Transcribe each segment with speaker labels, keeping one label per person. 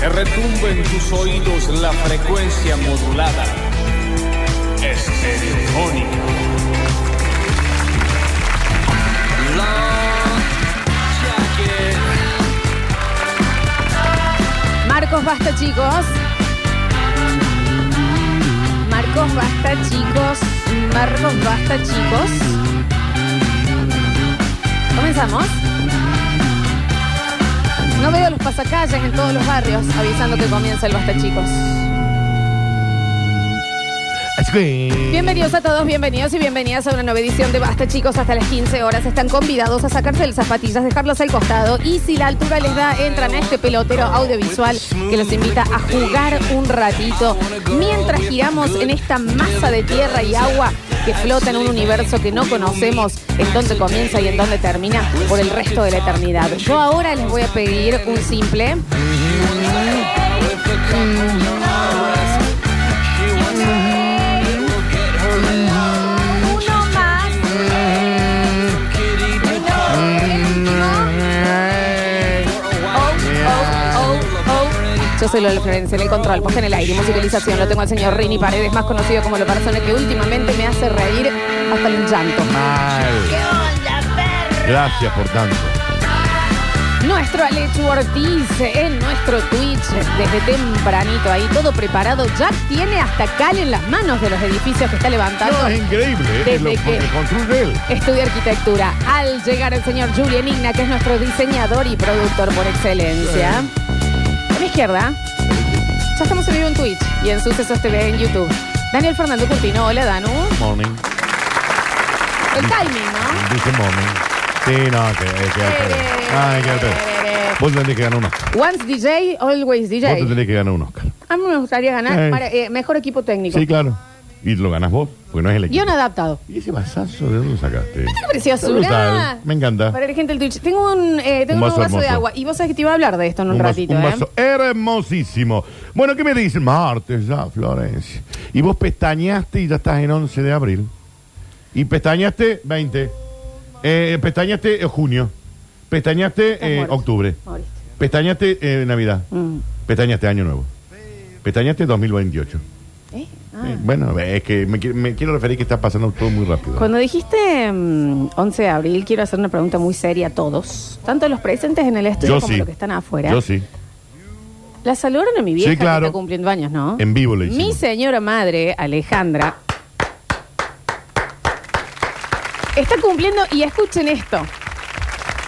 Speaker 1: sube en tus oídos la frecuencia modulada. Estereofónica.
Speaker 2: Marcos basta, chicos. Marcos basta, chicos. Marcos basta, chicos. Comenzamos. No veo los pasacalles en todos los barrios avisando que comienza el basta, chicos. Bienvenidos a todos, bienvenidos y bienvenidas a una nueva edición de Basta, chicos. Hasta las 15 horas están convidados a sacarse las zapatillas, dejarlas al costado y si la altura les da, entran a este pelotero audiovisual que los invita a jugar un ratito mientras giramos en esta masa de tierra y agua que flota en un universo que no conocemos en dónde comienza y en dónde termina por el resto de la eternidad. Yo ahora les voy a pedir un simple. Uno más.
Speaker 3: Mm.
Speaker 2: Oh, oh, oh. Yo soy Lola Florencia, en el control, pues en el aire, musicalización. Lo tengo al señor Rini Paredes, más conocido como la persona que últimamente me hace reír hasta el llanto.
Speaker 3: Mal. Gracias por tanto.
Speaker 2: Nuestro Alechu Ortiz en nuestro Twitch desde tempranito ahí, todo preparado. Ya tiene hasta cal en las manos de los edificios que está levantando.
Speaker 3: No, es increíble. ¿eh?
Speaker 2: Desde
Speaker 3: Lo,
Speaker 2: que-
Speaker 3: que construye él.
Speaker 2: Estudia arquitectura. Al llegar el señor Julian Igna, que es nuestro diseñador y productor por excelencia. A mi izquierda, ya estamos en vivo en Twitch y en Sucesos TV en YouTube. Daniel Fernando Curtino, hola Danu.
Speaker 3: Morning.
Speaker 2: El timing, ¿no?
Speaker 3: Dice morning. Sí, no, que hay que dar pelo. Ah, hay que dar pelo. Vos tenés que ganar un Oscar.
Speaker 2: Once DJ, always
Speaker 3: Vos te
Speaker 2: DJ.
Speaker 3: tenés que ganar un Oscar.
Speaker 2: A mí me gustaría ganar
Speaker 3: Sí.
Speaker 2: para, eh, mejor equipo técnico.
Speaker 3: Sí, claro. Y lo ganás vos, porque no es el equipo.
Speaker 2: Guión adaptado.
Speaker 3: ¿Y ese vasazo de dónde lo sacaste?
Speaker 2: ¡Qué preciosura!
Speaker 3: Brutal. Me encanta.
Speaker 2: Para la gente del Twitch. Tengo un, eh, tengo un
Speaker 3: Un vaso
Speaker 2: nuevo vaso de
Speaker 3: hermoso.
Speaker 2: agua. Y vos sabés que te iba a hablar de esto en un,
Speaker 3: vas-
Speaker 2: ratito,
Speaker 3: un
Speaker 2: ¿eh?
Speaker 3: vaso hermosísimo. Bueno, ¿qué me dicen? Martes ya, Florencia. Y vos pestañaste y ya estás en 11 de abril. Y pestañaste 20. Eh, pestañaste eh, junio.
Speaker 2: Estás
Speaker 3: Pestañaste eh,
Speaker 2: muerto.
Speaker 3: octubre.
Speaker 2: Moriste.
Speaker 3: Pestañaste eh, Navidad.
Speaker 2: Mm.
Speaker 3: Pestañaste Año Nuevo. Pestañaste 2028.
Speaker 2: ¿Eh? Ah.
Speaker 3: Eh, bueno, es que me, qui- me quiero referir que está pasando todo muy rápido.
Speaker 2: Cuando dijiste mm, 11 de abril, quiero hacer una pregunta muy seria a todos, tanto los presentes en el estudio
Speaker 3: Yo
Speaker 2: como
Speaker 3: sí.
Speaker 2: los que están afuera.
Speaker 3: Yo sí.
Speaker 2: La saludaron a mi vieja
Speaker 3: Sí, claro.
Speaker 2: que está cumpliendo años, ¿no?
Speaker 3: En vivo le
Speaker 2: Mi
Speaker 3: hicimos.
Speaker 2: señora madre, Alejandra, está cumpliendo, y escuchen esto,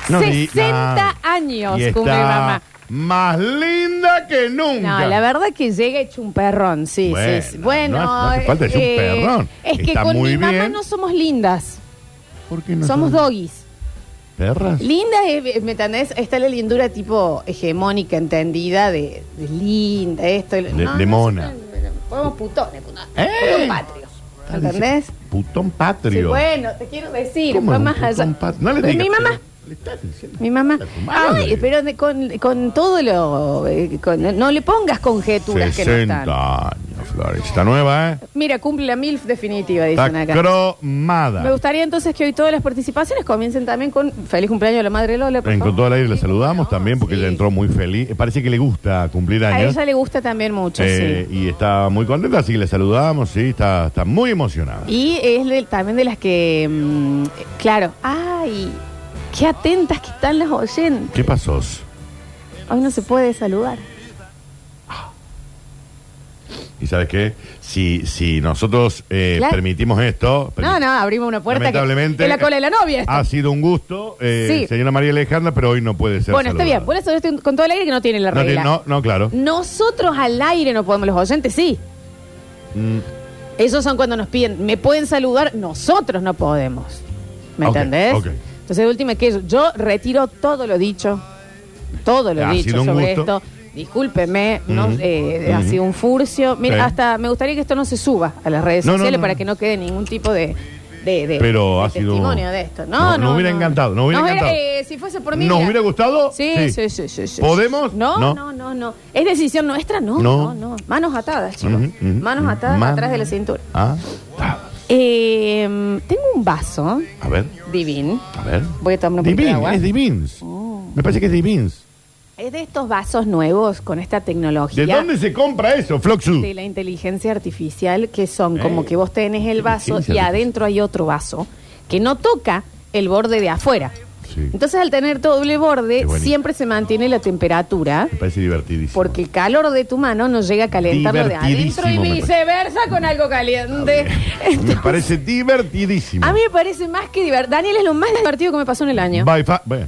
Speaker 3: No, ni-
Speaker 2: 60
Speaker 3: nah.
Speaker 2: años
Speaker 3: Y
Speaker 2: cumple
Speaker 3: está
Speaker 2: mamá.
Speaker 3: Más linda que nunca.
Speaker 2: No, la verdad que llega hecho un perrón, sí,
Speaker 3: Bueno,
Speaker 2: sí, sí. Bueno, eh,
Speaker 3: no hace- no hace falta decir un perrón.
Speaker 2: Es que
Speaker 3: Está
Speaker 2: con
Speaker 3: muy
Speaker 2: mi mamá
Speaker 3: bien.
Speaker 2: no somos lindas,
Speaker 3: ¿Por qué no
Speaker 2: somos
Speaker 3: son
Speaker 2: doggies.
Speaker 3: Perras.
Speaker 2: Linda es, ¿me entendés? Está la lindura tipo hegemónica, entendida, de, de linda, esto.
Speaker 3: De- de mona.
Speaker 2: Podemos putones, putones.
Speaker 3: ¡Eh!
Speaker 2: Putón patrios. ¿Entendés?
Speaker 3: Putón
Speaker 2: Sí,
Speaker 3: patrio.
Speaker 2: bueno, te quiero decir,
Speaker 3: ¿Cómo
Speaker 2: va
Speaker 3: es un
Speaker 2: más
Speaker 3: putón
Speaker 2: allá.
Speaker 3: patrio? No le
Speaker 2: Pero
Speaker 3: digas. eh,
Speaker 2: mi mamá.
Speaker 3: Le estás diciendo.
Speaker 2: Mi mamá.
Speaker 3: A tu madre.
Speaker 2: Ay, pero de- con, con todo lo. eh, con- no le pongas conjeturas que no
Speaker 3: 60
Speaker 2: están.
Speaker 3: años, Flores. Está nueva, ¿eh?
Speaker 2: Mira, cumple la MILF definitiva, dicen
Speaker 3: Está
Speaker 2: acá. Me
Speaker 3: cromada.
Speaker 2: gustaría entonces que hoy todas las participaciones comiencen también con feliz cumpleaños a la madre Lola. por
Speaker 3: En
Speaker 2: favor.
Speaker 3: con todo el aire la saludamos también porque
Speaker 2: Sí.
Speaker 3: ella entró muy feliz. Eh, Parece que le gusta cumplir
Speaker 2: A
Speaker 3: años.
Speaker 2: ella le gusta también mucho, sí.
Speaker 3: Eh, Y está muy contenta, así que la saludamos, sí, está, está muy emocionada.
Speaker 2: Y es de- también de las que, mm, claro, ay, qué atentas que están las oyentes.
Speaker 3: ¿Qué pasó?
Speaker 2: Hoy no se puede saludar.
Speaker 3: ¿Y sabes qué? Si, si nosotros eh,
Speaker 2: Claro.
Speaker 3: permitimos esto,
Speaker 2: No, no, abrimos una puerta. que-
Speaker 3: Lamentablemente,
Speaker 2: Que, es la cola de la novia. esto.
Speaker 3: Ha sido un gusto, eh,
Speaker 2: Sí.
Speaker 3: señora María Alejandra, pero hoy no puede ser.
Speaker 2: bueno, está bien.
Speaker 3: saludada.
Speaker 2: Bueno, eso estoy con todo el aire que no tiene la
Speaker 3: No,
Speaker 2: regla.
Speaker 3: no, no, claro.
Speaker 2: Nosotros al aire no podemos, los oyentes sí.
Speaker 3: Mm,
Speaker 2: Esos son cuando nos piden, me pueden saludar, nosotros no podemos. ¿Me
Speaker 3: Ok,
Speaker 2: entendés?
Speaker 3: ok.
Speaker 2: Entonces, de última que yo, yo retiro todo lo dicho, todo lo
Speaker 3: Ha
Speaker 2: dicho
Speaker 3: sido un
Speaker 2: sobre
Speaker 3: gusto.
Speaker 2: esto. Discúlpeme, no,
Speaker 3: Ujú,
Speaker 2: eh, ha
Speaker 3: ujú.
Speaker 2: sido un furcio. Mira,
Speaker 3: Sí.
Speaker 2: hasta me gustaría que esto no se suba a las redes
Speaker 3: No, no,
Speaker 2: sociales
Speaker 3: no,
Speaker 2: para
Speaker 3: no.
Speaker 2: que no quede ningún tipo de, de, de-
Speaker 3: Pero
Speaker 2: de
Speaker 3: ha sido-
Speaker 2: testimonio de esto. No, no,
Speaker 3: No, nos hubiera encantado, nos hubiera encantado.
Speaker 2: eh, si fuese por mí.
Speaker 3: ¿Nos
Speaker 2: mira.
Speaker 3: hubiera gustado?
Speaker 2: Sí, sí, sí, sí, sí.
Speaker 3: ¿Podemos?
Speaker 2: No, no,
Speaker 3: No.
Speaker 2: no, no, ¿Es decisión nuestra? No, no,
Speaker 3: No.
Speaker 2: no. Manos atadas, chicos.
Speaker 3: Ujú, ujú,
Speaker 2: Manos
Speaker 3: ujú.
Speaker 2: atadas
Speaker 3: Man-
Speaker 2: atrás de la cintura.
Speaker 3: Ah, ah,
Speaker 2: Eh, tengo un vaso
Speaker 3: a ver,
Speaker 2: divin.
Speaker 3: a ver.
Speaker 2: Voy a tomar un poquito de
Speaker 3: Divin,
Speaker 2: agua. Oh.
Speaker 3: es Divins. Me parece que es Divins.
Speaker 2: Es de estos vasos nuevos con esta tecnología.
Speaker 3: ¿De dónde se compra eso, Floxu?
Speaker 2: de la inteligencia artificial que son como
Speaker 3: Eh,
Speaker 2: que vos tenés el vaso
Speaker 3: inteligencia
Speaker 2: y
Speaker 3: artificial.
Speaker 2: adentro hay otro vaso que no toca el borde de afuera.
Speaker 3: Sí.
Speaker 2: Entonces al tener doble
Speaker 3: Qué
Speaker 2: borde
Speaker 3: buenísimo.
Speaker 2: siempre se mantiene la temperatura
Speaker 3: Me parece divertidísimo.
Speaker 2: porque el calor de tu mano no llega a calentarlo de adentro y
Speaker 3: Divertidísimo, me
Speaker 2: viceversa con algo caliente.
Speaker 3: Me
Speaker 2: Entonces,
Speaker 3: parece divertidísimo.
Speaker 2: a mí me parece más que divertido. Daniel es lo más divertido que me pasó en el año.
Speaker 3: By fa- Bueno.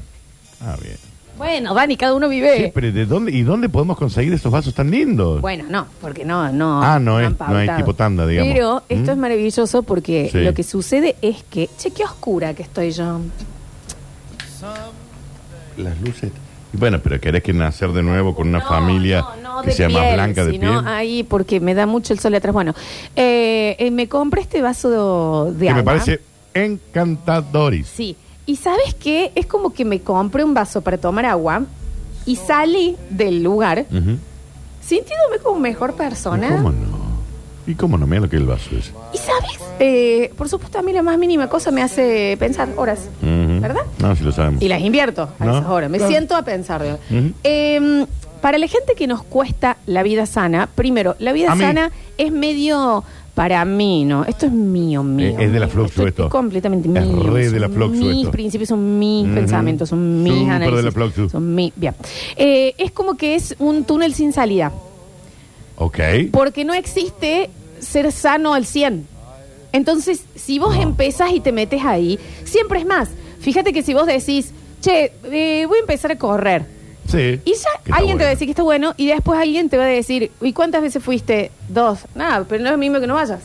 Speaker 3: Ah, bien.
Speaker 2: Bueno, Dani, cada uno vive.
Speaker 3: Che, pero ¿de dónde, ¿y dónde podemos conseguir esos vasos tan lindos?
Speaker 2: Bueno, no, porque no, no.
Speaker 3: Ah, no es-
Speaker 2: han
Speaker 3: no hay
Speaker 2: pautado.
Speaker 3: tipo tanda, digamos.
Speaker 2: Pero esto
Speaker 3: ¿Mm?
Speaker 2: es maravilloso porque
Speaker 3: Sí.
Speaker 2: lo que sucede es que, che, qué oscura que estoy yo.
Speaker 3: Las luces. Y bueno, pero ¿querés que nacer de nuevo con una
Speaker 2: No,
Speaker 3: familia
Speaker 2: no, no
Speaker 3: que
Speaker 2: de
Speaker 3: sea más
Speaker 2: piel,
Speaker 3: blanca de
Speaker 2: sino
Speaker 3: piel?
Speaker 2: ahí porque me da mucho el sol de atrás. Bueno, eh, eh, me compré este vaso de
Speaker 3: que
Speaker 2: agua.
Speaker 3: me parece encantadoris.
Speaker 2: Sí. Y sabes qué? Es como que me compré un vaso para tomar agua y salí del lugar
Speaker 3: Ujú.
Speaker 2: sintiéndome como mejor persona.
Speaker 3: ¿Cómo no? ¿Y cómo no? Mira lo que es el vaso es.
Speaker 2: Y sabes, Eh, por supuesto a mí la más mínima cosa me hace pensar horas,
Speaker 3: Ujú.
Speaker 2: ¿verdad?
Speaker 3: No, si lo sabemos.
Speaker 2: Y las invierto a
Speaker 3: ¿No?
Speaker 2: esas horas. Me
Speaker 3: Claro.
Speaker 2: siento a pensar. digo.
Speaker 3: Ujú.
Speaker 2: Eh, para la gente que nos cuesta la vida sana, primero, la vida
Speaker 3: A mí.
Speaker 2: sana es medio para mí, ¿no? Esto es mío, mío.
Speaker 3: Eh, es de la
Speaker 2: mío.
Speaker 3: Fluxo
Speaker 2: Esto
Speaker 3: esto.
Speaker 2: Es completamente
Speaker 3: Es
Speaker 2: mío.
Speaker 3: re de
Speaker 2: Son
Speaker 3: la Fluxo
Speaker 2: Mis
Speaker 3: esto.
Speaker 2: principios son mis
Speaker 3: Ujú.
Speaker 2: pensamientos, son mis
Speaker 3: Súper de
Speaker 2: análisis.
Speaker 3: la Fluxo.
Speaker 2: Son mi- Bien. Eh, es como que es un túnel sin salida.
Speaker 3: Ok.
Speaker 2: Porque no existe ser sano al 100. Entonces, si vos empezás y te metes ahí, siempre es más. Fíjate que si vos decís, che, eh, voy a empezar a correr.
Speaker 3: Sí.
Speaker 2: Y ya
Speaker 3: Que está
Speaker 2: alguien te va a
Speaker 3: bueno.
Speaker 2: decir que está bueno y después alguien te va a decir, ¿y cuántas veces fuiste? Dos. Nada, pero no es lo mismo que no vayas.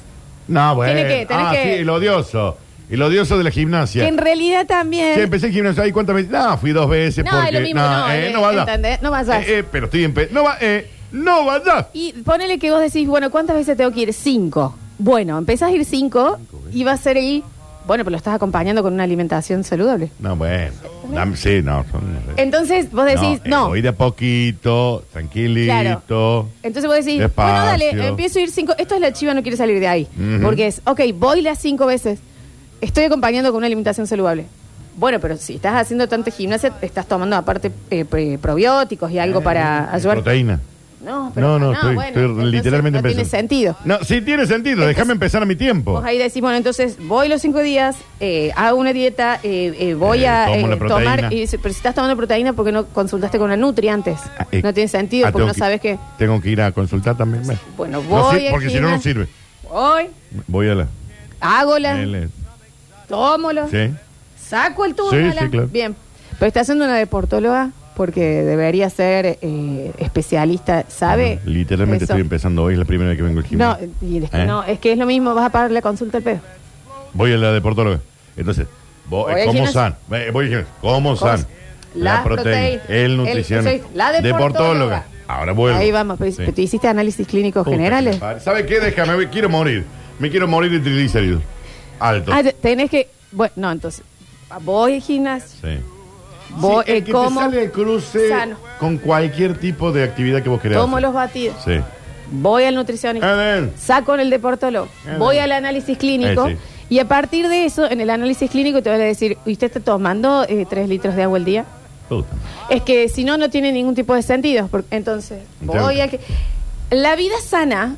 Speaker 3: No, bueno.
Speaker 2: Tiene que- tenés
Speaker 3: ah,
Speaker 2: que-
Speaker 3: sí, el odioso. El odioso de la gimnasia.
Speaker 2: Que en realidad
Speaker 3: Sí,
Speaker 2: también...
Speaker 3: empecé el gimnasio. ¿Y cuántas veces? No, fui dos veces
Speaker 2: No,
Speaker 3: porque...
Speaker 2: es lo mismo, no,
Speaker 3: eh,
Speaker 2: eh,
Speaker 3: no vayas.
Speaker 2: ¿entendés? No vayas.
Speaker 3: Eh, eh, pero estoy en... No, va, eh, no vayas.
Speaker 2: Y ponele que vos decís, bueno, ¿cuántas veces tengo que ir? Cinco. Bueno, empezás a ir cinco y va a ser el... Bueno, pero lo estás acompañando con una alimentación saludable.
Speaker 3: No, bueno. Dame- sí, no. son-
Speaker 2: Entonces vos decís,
Speaker 3: eh,
Speaker 2: no.
Speaker 3: Voy de a poquito, tranquilito.
Speaker 2: Claro. Entonces vos decís,
Speaker 3: Despacio.
Speaker 2: bueno, dale, empiezo a ir cinco. Esto es la chiva, no quiere salir de ahí.
Speaker 3: Ujú.
Speaker 2: Porque es, ok, voy las cinco veces. Estoy acompañando con una alimentación saludable. Bueno, pero si estás haciendo tanta gimnasia, te estás tomando aparte eh, pre- probióticos y algo para
Speaker 3: Eh,
Speaker 2: ayudar.
Speaker 3: Proteína.
Speaker 2: No, pero
Speaker 3: No, no,
Speaker 2: bueno,
Speaker 3: estoy, estoy
Speaker 2: entonces
Speaker 3: literalmente
Speaker 2: No tiene
Speaker 3: empezando.
Speaker 2: sentido.
Speaker 3: No, sí tiene sentido.
Speaker 2: Entonces-
Speaker 3: Déjame empezar a mi tiempo.
Speaker 2: Vos ahí decís, bueno, entonces voy los cinco días, eh, hago una dieta, eh, eh, voy
Speaker 3: Eh,
Speaker 2: a
Speaker 3: tomo
Speaker 2: eh,
Speaker 3: la proteína.
Speaker 2: tomar. Y dice, pero si estás tomando proteína, ¿por qué no consultaste con una nutri antes?
Speaker 3: Ah, eh,
Speaker 2: no tiene sentido,
Speaker 3: ah,
Speaker 2: porque
Speaker 3: tengo
Speaker 2: no sabes que.
Speaker 3: Tengo que ir a consultar también. ve.
Speaker 2: Bueno,
Speaker 3: No
Speaker 2: voy
Speaker 3: sir-
Speaker 2: al
Speaker 3: porque si no, no
Speaker 2: gimnasio.
Speaker 3: sirve.
Speaker 2: Voy,
Speaker 3: Voy a la...
Speaker 2: hago la,
Speaker 3: L.
Speaker 2: tómolo,
Speaker 3: Sí.
Speaker 2: saco el tubo,
Speaker 3: Sí,
Speaker 2: ala.
Speaker 3: sí, claro.
Speaker 2: bien. Pero está haciendo una deportóloga porque debería ser eh, especialista, ¿sabe?
Speaker 3: Bueno, Ah, literalmente
Speaker 2: Eso.
Speaker 3: estoy empezando hoy, es la primera vez que vengo al
Speaker 2: No,
Speaker 3: gimnasio.
Speaker 2: y es que
Speaker 3: ¿Eh?
Speaker 2: no, es que es lo mismo, vas a pagar la consulta al pedo.
Speaker 3: Voy a la deportóloga. Entonces, vo-
Speaker 2: Voy al
Speaker 3: eh, como
Speaker 2: gimnasio.
Speaker 3: san, Eh, voy al gimnasio. como
Speaker 2: Cos-
Speaker 3: san.
Speaker 2: la proteína,
Speaker 3: el
Speaker 2: el-
Speaker 3: nutrición,
Speaker 2: soy la deportóloga.
Speaker 3: Ahora vuelvo.
Speaker 2: Ahí vamos, pero,
Speaker 3: Sí.
Speaker 2: pero ¿tú hiciste análisis clínicos
Speaker 3: Puta
Speaker 2: generales?
Speaker 3: que padre. ¿Sabe qué? Déjame, me quiero morir. Me quiero morir de triglicéridos. Alto.
Speaker 2: Ah, te- tenés que, bueno, no, entonces, voy al gimnasio,
Speaker 3: Sí.
Speaker 2: voy,
Speaker 3: Sí, el
Speaker 2: eh,
Speaker 3: que
Speaker 2: como,
Speaker 3: te sale de cruce
Speaker 2: sano.
Speaker 3: con cualquier tipo de actividad que vos querés.
Speaker 2: tomo
Speaker 3: hacer.
Speaker 2: los batidos,
Speaker 3: Sí. Eh,
Speaker 2: voy al nutricionista.
Speaker 3: Eden.
Speaker 2: saco en el deportólogo,
Speaker 3: Eh,
Speaker 2: voy
Speaker 3: eh.
Speaker 2: al análisis clínico
Speaker 3: Eh,
Speaker 2: y a partir de eso, en el análisis clínico te van a decir, "¿Y ¿usted está tomando eh, tres litros de agua al día?
Speaker 3: Puta.
Speaker 2: Es que si no, no tiene ningún tipo de sentido. porque- entonces,
Speaker 3: Entiendo.
Speaker 2: voy a que... La vida sana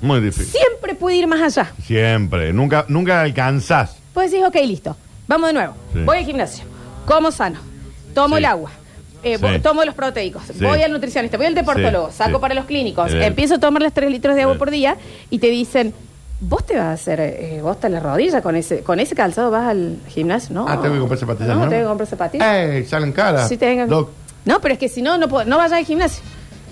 Speaker 3: Muy difícil.
Speaker 2: siempre puede ir más allá.
Speaker 3: Siempre. Nunca, nunca alcanzás.
Speaker 2: Puedes decir, ok, listo, vamos de nuevo.
Speaker 3: Sí.
Speaker 2: Voy al gimnasio, como sano, tomo
Speaker 3: Sí.
Speaker 2: el agua. eh,
Speaker 3: Sí.
Speaker 2: vo- Tomo los proteicos,
Speaker 3: Sí.
Speaker 2: voy al nutricionista, voy al deportólogo,
Speaker 3: Sí,
Speaker 2: saco
Speaker 3: sí.
Speaker 2: para los clínicos,
Speaker 3: Eh.
Speaker 2: empiezo a tomar los tres litros de agua
Speaker 3: Eh.
Speaker 2: por día y te dicen, vos te vas a hacer eh, bosta en la rodilla con ese con ese calzado, vas al gimnasio, ¿no?
Speaker 3: Ah, tengo que comprar zapatillas.
Speaker 2: No, tengo que comprar zapatillas.
Speaker 3: ¡Ey! Salen caras.
Speaker 2: Sí, tengo que-
Speaker 3: Doc.
Speaker 2: No, pero es que si no, no, puedo- no vayas al gimnasio.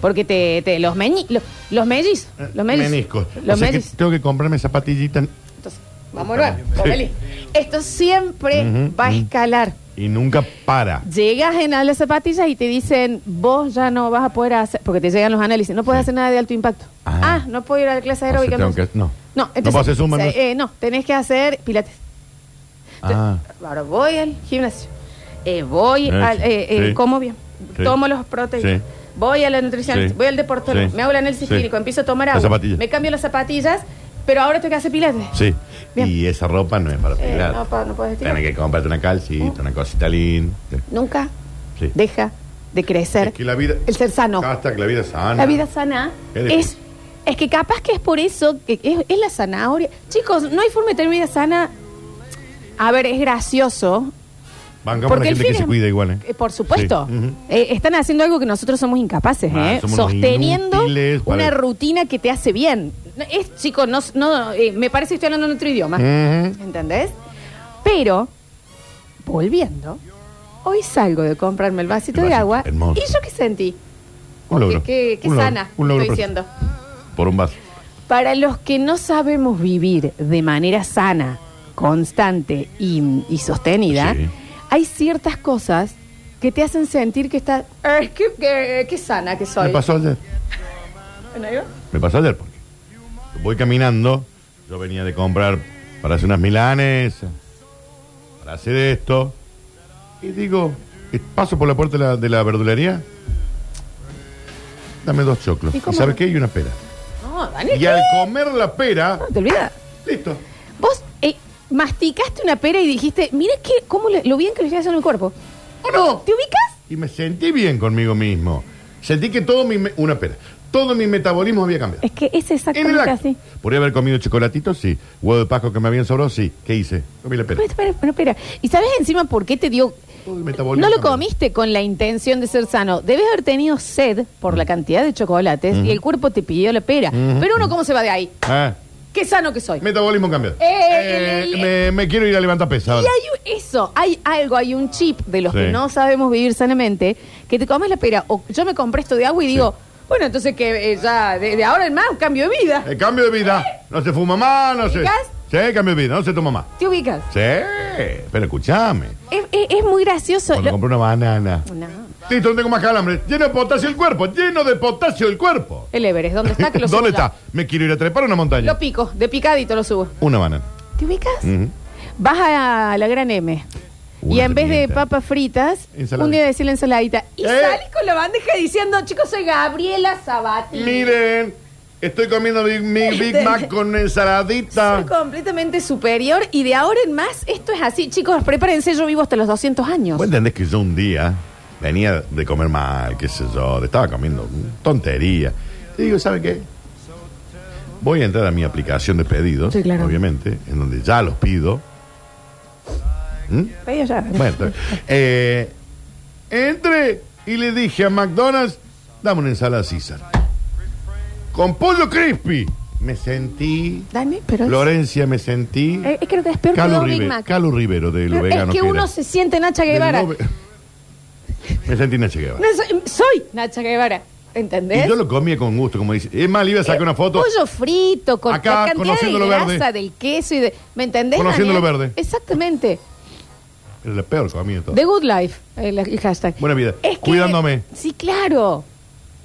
Speaker 2: Porque te, te- los, meñi- los, los mellizos. Los mellizos.
Speaker 3: Eh, meniscos.
Speaker 2: Los
Speaker 3: o sea que
Speaker 2: mellizos.
Speaker 3: tengo que comprarme zapatillitas
Speaker 2: Entonces, vamos a volver. Esto siempre
Speaker 3: Ujú,
Speaker 2: va a
Speaker 3: ujú.
Speaker 2: escalar.
Speaker 3: y nunca para.
Speaker 2: Llegas en a las zapatillas y te dicen, vos ya no vas a poder hacer, porque te llegan los análisis, no puedes hacer nada de alto impacto. Ah,
Speaker 3: Ah.
Speaker 2: no puedo ir a la clase
Speaker 3: O sea,
Speaker 2: aeróbica.
Speaker 3: tengo
Speaker 2: entonces.
Speaker 3: que- no.
Speaker 2: No,
Speaker 3: No puedo hacer zumba,
Speaker 2: o sea,
Speaker 3: no.
Speaker 2: eh, no, tenés que hacer pilates.
Speaker 3: Ah.
Speaker 2: Ahora voy al gimnasio. Eh, voy
Speaker 3: Eh,
Speaker 2: al. eh, eh,
Speaker 3: sí.
Speaker 2: como bien.
Speaker 3: Sí.
Speaker 2: Tomo los proteínas.
Speaker 3: Sí.
Speaker 2: Voy a la nutricionista.
Speaker 3: Sí.
Speaker 2: Voy al deportólogo.
Speaker 3: Sí.
Speaker 2: Me hago el análisis
Speaker 3: Sí.
Speaker 2: clínico. Empiezo a tomar
Speaker 3: Las
Speaker 2: agua.
Speaker 3: zapatillas.
Speaker 2: Me cambio las zapatillas, pero ahora tengo que hacer pilates.
Speaker 3: Sí.
Speaker 2: Bien.
Speaker 3: Y esa ropa no es para
Speaker 2: Eh,
Speaker 3: tirar.
Speaker 2: no, pa- no puedes tirar.
Speaker 3: Tienes que comprarte una calcita, una cosita linda.
Speaker 2: Nunca
Speaker 3: Sí.
Speaker 2: deja de crecer.
Speaker 3: Es que la vida.
Speaker 2: El ser sano.
Speaker 3: Hasta que la vida es sana.
Speaker 2: La vida sana
Speaker 3: Es
Speaker 2: es,
Speaker 3: difícil.
Speaker 2: es que capaz que es por eso que es, es la zanahoria. Chicos, no hay forma de tener vida sana. A ver, es gracioso.
Speaker 3: Bancamos la
Speaker 2: Porque el
Speaker 3: gente
Speaker 2: fin
Speaker 3: que se
Speaker 2: es-
Speaker 3: cuida igual, ¿eh?
Speaker 2: eh, Por supuesto.
Speaker 3: Sí. Ujú.
Speaker 2: Eh, están haciendo algo que nosotros somos incapaces,
Speaker 3: Ah,
Speaker 2: ¿eh?
Speaker 3: somos unos
Speaker 2: Sosteniendo
Speaker 3: inútiles para-
Speaker 2: una rutina que te hace bien. No, Es, chicos, no, no, eh, me parece que estoy hablando en otro idioma.
Speaker 3: Ujú.
Speaker 2: ¿Entendés? Pero, volviendo, hoy salgo de comprarme el vasito
Speaker 3: El
Speaker 2: de
Speaker 3: vasito,
Speaker 2: agua.
Speaker 3: hermoso.
Speaker 2: ¿Y yo qué sentí?
Speaker 3: Un logro.
Speaker 2: Que, que- que
Speaker 3: Un logro.
Speaker 2: sana,
Speaker 3: Un logro
Speaker 2: estoy
Speaker 3: personal.
Speaker 2: diciendo.
Speaker 3: Por un vaso.
Speaker 2: Para los que no sabemos vivir de manera sana, constante y, y sostenida,
Speaker 3: Sí.
Speaker 2: hay ciertas cosas que te hacen sentir que estás. "Eh, qué, qué- qué sana que soy!
Speaker 3: Me pasó ayer.
Speaker 2: ¿No digo?
Speaker 3: Me pasó ayer porque voy caminando. Yo venía de comprar para hacer unas milanesas, para hacer esto. Y digo, eh, paso por la puerta de la, de la verdulería. Dame dos choclos.
Speaker 2: ¿Y
Speaker 3: ¿Y,
Speaker 2: cómo?
Speaker 3: sabes qué? Y una pera.
Speaker 2: No, Daniel,
Speaker 3: Y al comer la pera,
Speaker 2: no te olvidas.
Speaker 3: listo.
Speaker 2: Vos eh, masticaste una pera y dijiste, mira que, cómo le- lo bien que le estoy haciendo el cuerpo.
Speaker 3: ¿O no?
Speaker 2: ¿Te ubicas?
Speaker 3: Y me sentí bien conmigo mismo. Sentí que todo mi... me- una pera. Todo mi metabolismo había cambiado.
Speaker 2: Es que es
Speaker 3: En el
Speaker 2: exactamente
Speaker 3: acto.
Speaker 2: así.
Speaker 3: Podría haber comido chocolatitos, sí. Huevo de pasco que me habían sobrado, sí. ¿Qué hice? Comí la pera.
Speaker 2: Pero espera, espera, espera. ¿Y sabes encima por qué te dio.?
Speaker 3: Todo el metabolismo
Speaker 2: No lo
Speaker 3: cambió.
Speaker 2: comiste con la intención de ser sano. Debes haber tenido sed por la cantidad de chocolates y el cuerpo te pidió la pera.
Speaker 3: Ujú.
Speaker 2: Pero uno, ¿cómo se va de ahí?
Speaker 3: Ah,
Speaker 2: Qué sano que soy.
Speaker 3: metabolismo cambiado.
Speaker 2: Eh, el-
Speaker 3: me, me quiero ir a levantar pesado.
Speaker 2: Y hay un- eso, hay algo, hay un chip de los
Speaker 3: Sí.
Speaker 2: que no sabemos vivir sanamente, que te comes la pera. O yo me compré esto de agua y digo, bueno, entonces que eh, ya, de, de ahora en más, un cambio de vida.
Speaker 3: El Eh, cambio de vida. No se fuma más, no se...
Speaker 2: ¿Ubicas?
Speaker 3: Sí, cambio de vida, no se toma más.
Speaker 2: ¿Te ubicas?
Speaker 3: Sí, pero escúchame.
Speaker 2: Es, es- es muy gracioso.
Speaker 3: Cuando
Speaker 2: Lo-
Speaker 3: compré una banana.
Speaker 2: No.
Speaker 3: Listo, no tengo más calambre. Lleno de potasio el cuerpo, lleno de potasio el cuerpo.
Speaker 2: El Everest, ¿dónde está? Que lo
Speaker 3: ¿Dónde
Speaker 2: subo ya.
Speaker 3: está? Me quiero ir a trepar a una montaña.
Speaker 2: Lo pico, de picadito lo subo.
Speaker 3: Una banana.
Speaker 2: ¿Te ubicas?
Speaker 3: Ujú.
Speaker 2: Vas a la Gran M.
Speaker 3: Una
Speaker 2: y en vez de
Speaker 3: pimienta.
Speaker 2: papas fritas,
Speaker 3: Ensalada.
Speaker 2: un día decir la ensaladita. Y
Speaker 3: ¿Eh?
Speaker 2: salís con la bandeja diciendo, chicos, soy Gabriela Sabati.
Speaker 3: Miren, estoy comiendo mi, mi Big Mac con una
Speaker 2: Soy
Speaker 3: ensaladita.
Speaker 2: completamente superior y de ahora en más esto es así. Chicos, prepárense, yo vivo hasta los 200 años.
Speaker 3: ¿Vos entendés que yo un día venía de comer mal, qué sé yo, de- estaba comiendo tontería? Y digo, ¿sabe qué? Voy a entrar a mi aplicación de pedidos,
Speaker 2: Sí, claro.
Speaker 3: obviamente, en donde ya los pido. ¿Mm?
Speaker 2: Pero ya-
Speaker 3: Bueno, está bien. Eh, entré y le dije a McDonald's, dame una ensalada César. Con pollo crispy. Me sentí...
Speaker 2: Dani, pero es-
Speaker 3: Florencia, me sentí...
Speaker 2: Eh, eh, creo que es peor que
Speaker 3: Calu
Speaker 2: dos Big
Speaker 3: Ribe-
Speaker 2: Mac.
Speaker 3: Calu Rivero de lo
Speaker 2: Pero
Speaker 3: vegano.
Speaker 2: es que
Speaker 3: era.
Speaker 2: uno se siente Nacha
Speaker 3: Del
Speaker 2: Guevara.
Speaker 3: no ve- Me sentí Nacho Guevara.
Speaker 2: No soy, soy Nacha Guevara, ¿entendés?
Speaker 3: Y yo lo comía con gusto, como dice. Es más, le iba a sacar
Speaker 2: Eh,
Speaker 3: una foto.
Speaker 2: Pollo frito, con
Speaker 3: Acá,
Speaker 2: la cantidad de
Speaker 3: conociendo lo
Speaker 2: grasa
Speaker 3: verde.
Speaker 2: del queso y de... ¿Me entendés,
Speaker 3: Conociendo
Speaker 2: Daniel?
Speaker 3: lo verde.
Speaker 2: Exactamente.
Speaker 3: Era la peor comida de todo.
Speaker 2: The Good Life, el, el hashtag.
Speaker 3: Buena vida.
Speaker 2: Es que-
Speaker 3: Cuidándome.
Speaker 2: Sí, claro.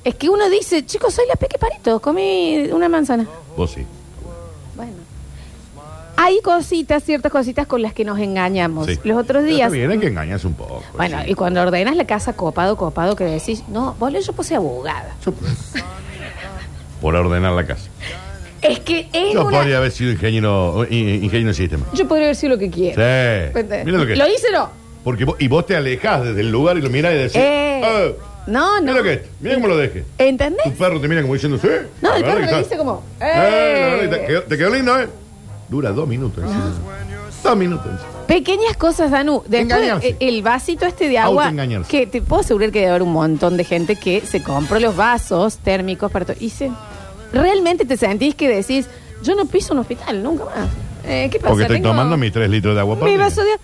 Speaker 2: Es que uno dice, chicos, soy la Peque Parito, comí una manzana.
Speaker 3: Vos sí.
Speaker 2: Bueno. Hay cositas, ciertas cositas con las que nos engañamos.
Speaker 3: sí.
Speaker 2: Los otros
Speaker 3: Pero
Speaker 2: días.
Speaker 3: Está bien, hay que engañarse un poco.
Speaker 2: Bueno,
Speaker 3: sí.
Speaker 2: y cuando ordenas la casa copado, copado, que decís, no, vos yo puse abogada.
Speaker 3: Yo- Por ordenar la casa.
Speaker 2: Es que es
Speaker 3: Yo
Speaker 2: una.
Speaker 3: podría haber sido ingeniero, eh, ingeniero de sistema.
Speaker 2: Yo podría haber sido lo que
Speaker 3: Sí.
Speaker 2: quiero. ¿Entendés?
Speaker 3: Mira lo que.
Speaker 2: ¿Lo hice no?
Speaker 3: Porque vos, y vos te alejás desde el lugar y lo mirás y decís.
Speaker 2: Eh,
Speaker 3: "Eh,
Speaker 2: no, no.
Speaker 3: Mira lo que es. Mira cómo lo dejes. Tu
Speaker 2: ¿Entendés?
Speaker 3: perro te mira como diciendo, sí.
Speaker 2: No,
Speaker 3: la
Speaker 2: el perro
Speaker 3: verdad que
Speaker 2: lo
Speaker 3: está-
Speaker 2: dice como,
Speaker 3: Eh, la verdad que
Speaker 2: ¡eh!
Speaker 3: te, quedó, te quedó lindo, ¿eh? Dura dos minutos. sí, sí,
Speaker 2: Ah.
Speaker 3: sí. Dos minutos.
Speaker 2: Pequeñas cosas, Danu. Después,
Speaker 3: Engañarse.
Speaker 2: eh, el vasito este de agua,
Speaker 3: Autoengañarse.
Speaker 2: que te puedo asegurar que debe haber un montón de gente que se compró los vasos térmicos para todo. Y se- realmente te sentís que decís, yo no piso un hospital, nunca más. Eh, ¿Qué pasa?
Speaker 3: Porque estoy
Speaker 2: Tengo
Speaker 3: tomando mis tres litros de agua por
Speaker 2: Mi
Speaker 3: día.
Speaker 2: vaso de nunca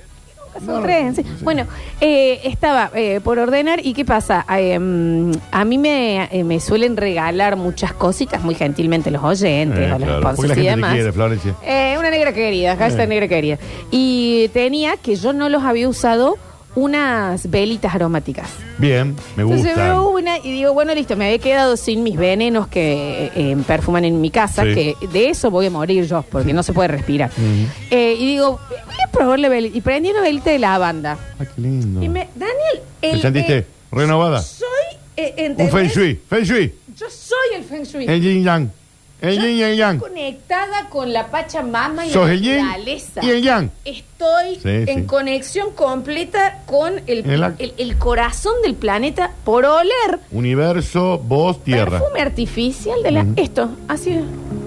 Speaker 2: son
Speaker 3: No,
Speaker 2: tres, sí.
Speaker 3: no sé.
Speaker 2: Bueno, eh, estaba eh, por ordenar y ¿qué pasa? Eh, mm, a mí me, eh, me suelen regalar muchas cositas muy gentilmente los oyentes
Speaker 3: Eh,
Speaker 2: o los
Speaker 3: claro, porque
Speaker 2: sponsors
Speaker 3: la
Speaker 2: y
Speaker 3: gente te
Speaker 2: demás.
Speaker 3: quiere, Florencia.
Speaker 2: Eh, una negra querida, hashtag
Speaker 3: Eh.
Speaker 2: negra querida. Y tenía que yo no los había usado unas velitas aromáticas.
Speaker 3: Bien, me gusta.
Speaker 2: Entonces veo una y digo, bueno, listo, me había quedado sin mis venenos que eh, perfuman en mi casa,
Speaker 3: Sí.
Speaker 2: que de eso voy a morir yo, porque no se puede respirar. Eh, y digo, voy a probar la velita. Y prendí una velita de lavanda.
Speaker 3: Ah, qué lindo.
Speaker 2: Y me, Daniel, el,
Speaker 3: ¿Te sentiste
Speaker 2: eh,
Speaker 3: renovada?
Speaker 2: soy, eh,
Speaker 3: Un
Speaker 2: ¿entendés?
Speaker 3: feng shui. Feng shui.
Speaker 2: Yo soy el feng shui.
Speaker 3: El yin yang. El
Speaker 2: Yo
Speaker 3: yin y el
Speaker 2: estoy
Speaker 3: yang.
Speaker 2: conectada con la Pachamama y
Speaker 3: Sos
Speaker 2: la
Speaker 3: el yin
Speaker 2: naturaleza.
Speaker 3: y el yang.
Speaker 2: Estoy
Speaker 3: Sí,
Speaker 2: en
Speaker 3: sí.
Speaker 2: conexión completa con el,
Speaker 3: El ac-
Speaker 2: el- el corazón del planeta por oler
Speaker 3: Universo, voz, tierra.
Speaker 2: perfume artificial de la... Esto, así,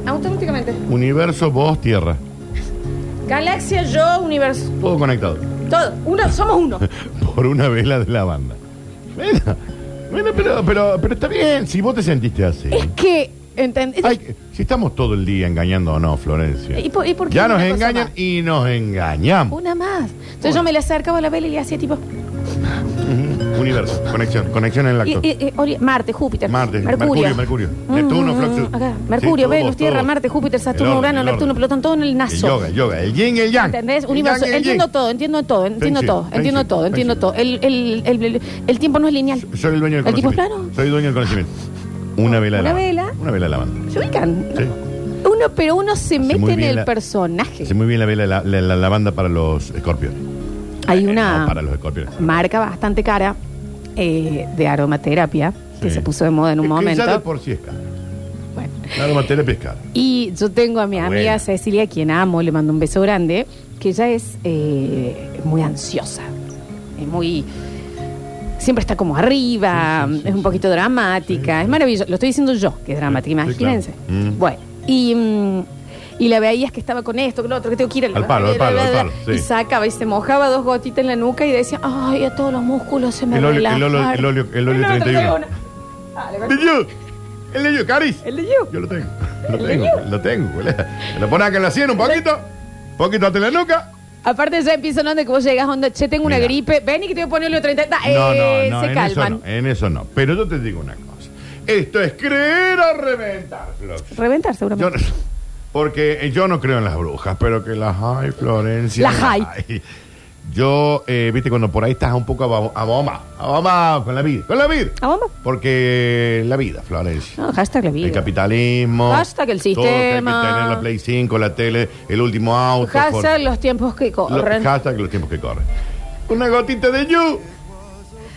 Speaker 2: automáticamente.
Speaker 3: Universo, voz, tierra.
Speaker 2: Galaxia, yo, universo,
Speaker 3: Todo conectado.
Speaker 2: todo. Uno, somos uno.
Speaker 3: Por una vela de la banda. Bueno, bueno, pero, pero, pero está bien. Si vos te sentiste así.
Speaker 2: es que, ¿entendés?
Speaker 3: Ay, si estamos todo el día engañando o no, Florencia.
Speaker 2: ¿Y por- y por qué
Speaker 3: ya
Speaker 2: una
Speaker 3: nos
Speaker 2: cosa
Speaker 3: engañan
Speaker 2: más?
Speaker 3: y nos engañamos.
Speaker 2: Una más. Entonces yo me le acercaba a la vela y le hacía tipo...
Speaker 3: Universo, conexión, conexión en el acto.
Speaker 2: y- y- y- ori- Marte, Júpiter,
Speaker 3: Marte,
Speaker 2: Mercurio, Mm,
Speaker 3: Mercurio, Mercurio. Neptuno, Fluxus.
Speaker 2: acá.
Speaker 3: Sí,
Speaker 2: Mercurio,
Speaker 3: todos,
Speaker 2: Venus, Tierra,
Speaker 3: todos.
Speaker 2: Marte, Júpiter, Saturno,
Speaker 3: El orden,
Speaker 2: Urano,
Speaker 3: el
Speaker 2: Neptuno,
Speaker 3: orden.
Speaker 2: Plutón, todo en el
Speaker 3: El
Speaker 2: nazo.
Speaker 3: yoga, el yoga, el yin y el yang.
Speaker 2: ¿Entendés?
Speaker 3: El
Speaker 2: Universo.
Speaker 3: yang y el
Speaker 2: Entiendo
Speaker 3: yin.
Speaker 2: todo, entiendo todo, entiendo
Speaker 3: Feng
Speaker 2: todo,
Speaker 3: Shui,
Speaker 2: entiendo
Speaker 3: Feng
Speaker 2: todo,
Speaker 3: Shui,
Speaker 2: entiendo
Speaker 3: Feng
Speaker 2: todo. El, el, el, el- el tiempo no es lineal.
Speaker 3: Soy el dueño del
Speaker 2: ¿El tipo es
Speaker 3: conocimiento.
Speaker 2: plano?
Speaker 3: Soy el dueño del conocimiento. Una vela de
Speaker 2: Una
Speaker 3: la banda.
Speaker 2: vela.
Speaker 3: Una vela de la banda.
Speaker 2: ¿Se ubican?
Speaker 3: Sí.
Speaker 2: Uno, pero uno se mete
Speaker 3: muy
Speaker 2: en
Speaker 3: bien
Speaker 2: el
Speaker 3: la-
Speaker 2: personaje.
Speaker 3: Hace muy bien la vela la, la, la- la banda para los escorpiones.
Speaker 2: Hay
Speaker 3: Eh,
Speaker 2: una
Speaker 3: no, para los escorpiones.
Speaker 2: marca bastante cara eh, de aromaterapia que
Speaker 3: Sí.
Speaker 2: se puso de moda en un
Speaker 3: Es que
Speaker 2: momento.
Speaker 3: Ya de por sí es cara.
Speaker 2: Bueno.
Speaker 3: La aromaterapia es cara.
Speaker 2: Y yo tengo a mi
Speaker 3: Está
Speaker 2: amiga
Speaker 3: buena.
Speaker 2: Cecilia, quien amo, le mando un beso grande, que ella es eh, muy ansiosa, es muy... Siempre está como arriba,
Speaker 3: Sí, sí, sí,
Speaker 2: es un
Speaker 3: sí.
Speaker 2: poquito dramática, es maravilloso. Lo estoy diciendo yo, que es dramática,
Speaker 3: sí,
Speaker 2: imagínense.
Speaker 3: claro. Mm.
Speaker 2: Bueno, y, mm, y la veías que estaba con esto, con lo otro, que tengo que ir
Speaker 3: Al palo, al palo, al palo, sí.
Speaker 2: Y sacaba y se mojaba dos gotitas en la nuca y decía, ay, a todos los músculos se me
Speaker 3: El óleo- el
Speaker 2: relajaron".
Speaker 3: óleo- el óleo- el óleo
Speaker 2: No, no,
Speaker 3: 31.
Speaker 2: Dale,
Speaker 3: ¡El de you! ¡El de you, Caris!
Speaker 2: El de you.
Speaker 3: Yo lo tengo. Lo tengo, lo tengo. colega. Me lo pones acá en la sien un poquito. Un poquito hasta la nuca.
Speaker 2: Aparte ya empieza onda que vos llegas onda, che, tengo una
Speaker 3: Mira.
Speaker 2: gripe, ven y que te voy a poner el 30. Da, eh, se
Speaker 3: en
Speaker 2: calman.
Speaker 3: eso no. En eso no. Pero yo te digo una cosa. Esto es creer o reventar, Flor.
Speaker 2: Reventar
Speaker 3: Yo
Speaker 2: seguramente.
Speaker 3: no- porque eh, yo no creo en las brujas, pero que las hay, Florencia.
Speaker 2: Las hay.
Speaker 3: Yo, eh, viste, cuando por ahí estás un poco abom- abomado, abomado con la vida, con la vida.
Speaker 2: ¿A bomba?
Speaker 3: Porque la vida, Florencia.
Speaker 2: No, hashtag Ah. la
Speaker 3: El
Speaker 2: vida.
Speaker 3: capitalismo.
Speaker 2: Hashtag el
Speaker 3: todo que hay que
Speaker 2: sistema.
Speaker 3: tener la Play 5, la tele, el último auto. por-
Speaker 2: Hashtag los tiempos que
Speaker 3: lo-
Speaker 2: corren.
Speaker 3: hashtag los tiempos que corren. Una gotita de you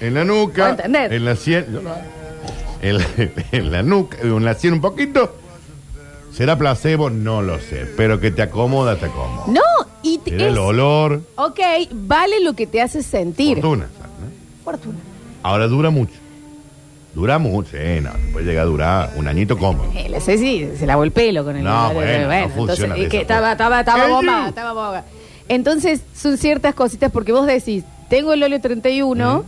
Speaker 3: en la nuca.
Speaker 2: ¿Puedo entender?
Speaker 3: En la sien. yo no- en, la, en la nuca, en la sien un poquito. ¿Será placebo? No lo sé. Pero que te acomoda, te acomoda.
Speaker 2: No, y te-
Speaker 3: Era
Speaker 2: es,
Speaker 3: el olor.
Speaker 2: ok, vale lo que te hace sentir.
Speaker 3: Fortuna. ¿no?
Speaker 2: Fortuna.
Speaker 3: Ahora dura mucho. Dura mucho. Eh, no, puede llegar a durar un aññito cómodo.
Speaker 2: Eh, la Ceci se lavó el pelo con el
Speaker 3: No, bueno, no funciona pues. de
Speaker 2: es que
Speaker 3: esa
Speaker 2: estaba,
Speaker 3: forma.
Speaker 2: estaba, estaba
Speaker 3: Hey,
Speaker 2: bomba,
Speaker 3: you.
Speaker 2: estaba bomba. Entonces, son ciertas cositas porque vos decís, tengo el óleo 31,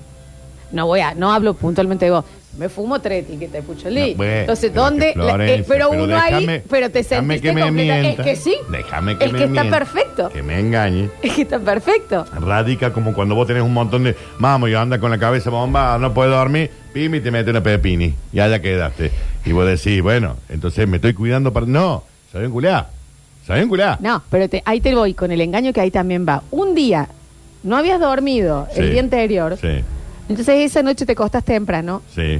Speaker 2: no voy a, no hablo puntualmente de vos. Me fumo tres etiquetas de pucholí.
Speaker 3: No, bueno,
Speaker 2: Entonces,
Speaker 3: pero
Speaker 2: ¿dónde?
Speaker 3: que
Speaker 2: la- eh,
Speaker 3: Florencia,
Speaker 2: pero uno
Speaker 3: déjame-
Speaker 2: ahí, pero te
Speaker 3: déjame
Speaker 2: sentiste
Speaker 3: que me
Speaker 2: completa-
Speaker 3: mienta,
Speaker 2: Es que sí.
Speaker 3: Déjame que
Speaker 2: es
Speaker 3: me
Speaker 2: que está
Speaker 3: mienta,
Speaker 2: perfecto.
Speaker 3: Que me engañe.
Speaker 2: Es que está perfecto.
Speaker 3: Radica como cuando vos tenés un montón de. Vamos, yo anda con la cabeza bomba, no puedo dormir, pim, y te mete una pepini. Y allá quedaste. Y vos decís, bueno, entonces me estoy cuidando para. No, soy un culá. Soy un culá.
Speaker 2: No, pero te- ahí te voy con el engaño que ahí también va. Un día no habías dormido
Speaker 3: Sí.
Speaker 2: el día anterior.
Speaker 3: Sí,
Speaker 2: Entonces esa noche te costas temprano.
Speaker 3: sí.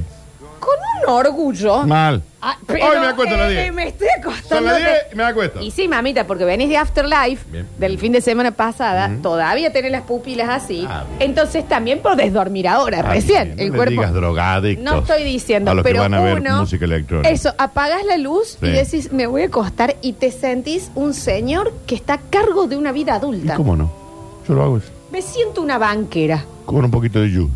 Speaker 2: Con un orgullo.
Speaker 3: Mal.
Speaker 2: Ah, pero,
Speaker 3: Hoy me acuesto a las
Speaker 2: eh,
Speaker 3: 10.
Speaker 2: me estoy
Speaker 3: Son
Speaker 2: acostando.
Speaker 3: las
Speaker 2: de-
Speaker 3: 10 y me acuesto.
Speaker 2: Y sí, mamita, porque venís de Afterlife,
Speaker 3: Bien.
Speaker 2: del fin de semana pasada, todavía tenés las pupilas así.
Speaker 3: Ah, bien.
Speaker 2: Entonces también podés dormir ahora,
Speaker 3: Ay,
Speaker 2: recién.
Speaker 3: no
Speaker 2: el
Speaker 3: le
Speaker 2: cuerpo.
Speaker 3: digas drogadictos
Speaker 2: no estoy diciendo,
Speaker 3: a los que
Speaker 2: pero
Speaker 3: van a ver
Speaker 2: uno-
Speaker 3: música electrónica.
Speaker 2: Eso, apagás la luz y
Speaker 3: Sí.
Speaker 2: decís, me voy a acostar y te sentís un señor que está a cargo de una vida
Speaker 3: ¿Y
Speaker 2: adulta.
Speaker 3: cómo no? Yo lo hago eso.
Speaker 2: Me siento una banquera.
Speaker 3: Con un poquito de yu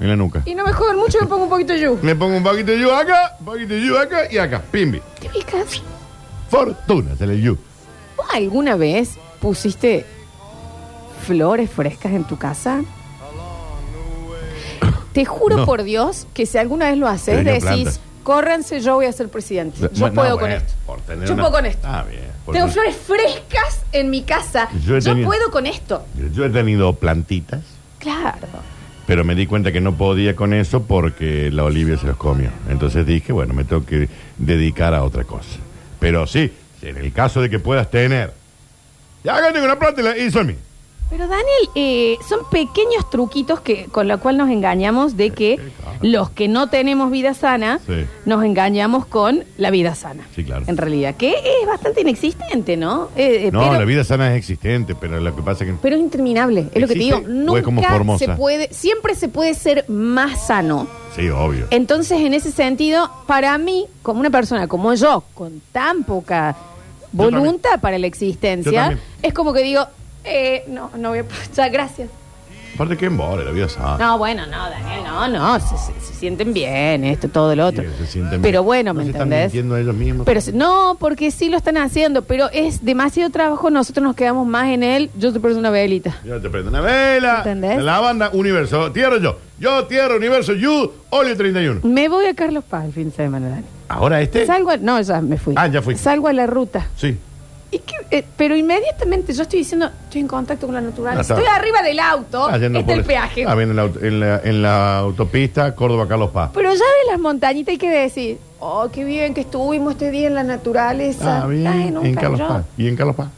Speaker 3: en la nuca.
Speaker 2: Y no me jodan mucho, me pongo un poquito de yu.
Speaker 3: Me pongo un poquito de yu acá, un poquito de yu acá y acá. Pimbi.
Speaker 2: ¿Te fijas?
Speaker 3: Fortuna sale el yu.
Speaker 2: ¿Vos alguna vez pusiste flores frescas en tu casa? Te juro
Speaker 3: No.
Speaker 2: por Dios que si alguna vez lo haces,
Speaker 3: Pequeña
Speaker 2: decís,
Speaker 3: planta.
Speaker 2: córranse, yo voy a ser presidente. Yo
Speaker 3: Bueno,
Speaker 2: puedo
Speaker 3: no,
Speaker 2: con
Speaker 3: bueno,
Speaker 2: esto.
Speaker 3: por tener
Speaker 2: Yo
Speaker 3: una-
Speaker 2: puedo con esto.
Speaker 3: Ah, bien. por
Speaker 2: Tengo
Speaker 3: tener-
Speaker 2: flores frescas en mi casa.
Speaker 3: Yo
Speaker 2: Yo,
Speaker 3: he tenido-
Speaker 2: puedo con esto.
Speaker 3: Yo he tenido plantitas,
Speaker 2: Claro.
Speaker 3: pero me di cuenta que no podía con eso porque la Olivia se los comió. Entonces dije, bueno, me tengo que dedicar a otra cosa. Pero sí, en el caso de que puedas tener. Ya acá tengo una planta y la hizo a mí.
Speaker 2: Pero Daniel, eh, son pequeños truquitos que con los cuales nos engañamos de que
Speaker 3: claro.
Speaker 2: los que no tenemos vida sana,
Speaker 3: Sí.
Speaker 2: nos engañamos con la vida sana.
Speaker 3: Sí, claro.
Speaker 2: En realidad, que es bastante inexistente, ¿no? Eh, eh,
Speaker 3: No,
Speaker 2: pero,
Speaker 3: la vida sana es existente, pero lo que pasa es que...
Speaker 2: pero es interminable, es lo que te digo.
Speaker 3: ¿Existe? ¿O es como
Speaker 2: Nunca
Speaker 3: Formosa?
Speaker 2: se puede, siempre se puede ser más sano.
Speaker 3: Sí, obvio.
Speaker 2: Entonces, en ese sentido, para mí, como una persona como yo, con tan poca voluntad para la
Speaker 3: Yo
Speaker 2: existencia,
Speaker 3: también.
Speaker 2: es como que digo, eh, no, no voy a... Ya, gracias.
Speaker 3: Aparte que embole la vida sana.
Speaker 2: No, bueno, no, Daniel, no, no, se, se- se sienten bien, esto, todo lo otro.
Speaker 3: Sí, se sienten
Speaker 2: pero
Speaker 3: bien.
Speaker 2: bueno, ¿me
Speaker 3: No se están
Speaker 2: entendés?
Speaker 3: mintiendo a ellos mismos.
Speaker 2: Pero si- no, porque sí lo están haciendo, pero es demasiado trabajo, nosotros nos quedamos más en él, yo te prendo una velita.
Speaker 3: Yo te prendo una vela.
Speaker 2: ¿Entendés?
Speaker 3: La banda Universo. Tierra yo. Yo, Tierra, Universo, You, Olio 31.
Speaker 2: Me voy a Carlos Paz el fin de semana, Dani.
Speaker 3: Ahora este.
Speaker 2: Salgo a- no, ya me fui.
Speaker 3: Ah, ya fui.
Speaker 2: Salgo a la ruta.
Speaker 3: Sí.
Speaker 2: ¿Y qué? Eh, pero inmediatamente yo estoy diciendo, estoy en contacto con la
Speaker 3: Ah,
Speaker 2: naturaleza.
Speaker 3: está.
Speaker 2: Estoy arriba del auto,
Speaker 3: Ah, yendo
Speaker 2: está el Oh, este
Speaker 3: por-
Speaker 2: peaje.
Speaker 3: Ah, bien, en la, aut- en la- en la autopista Córdoba-Carlos Paz.
Speaker 2: Pero ya ves las montañitas y que decir, oh, qué bien que estuvimos este día en la naturaleza.
Speaker 3: Ah, bien.
Speaker 2: Estás en un
Speaker 3: Carlos
Speaker 2: cañón.
Speaker 3: Paz. ¿Y en Carlos Paz?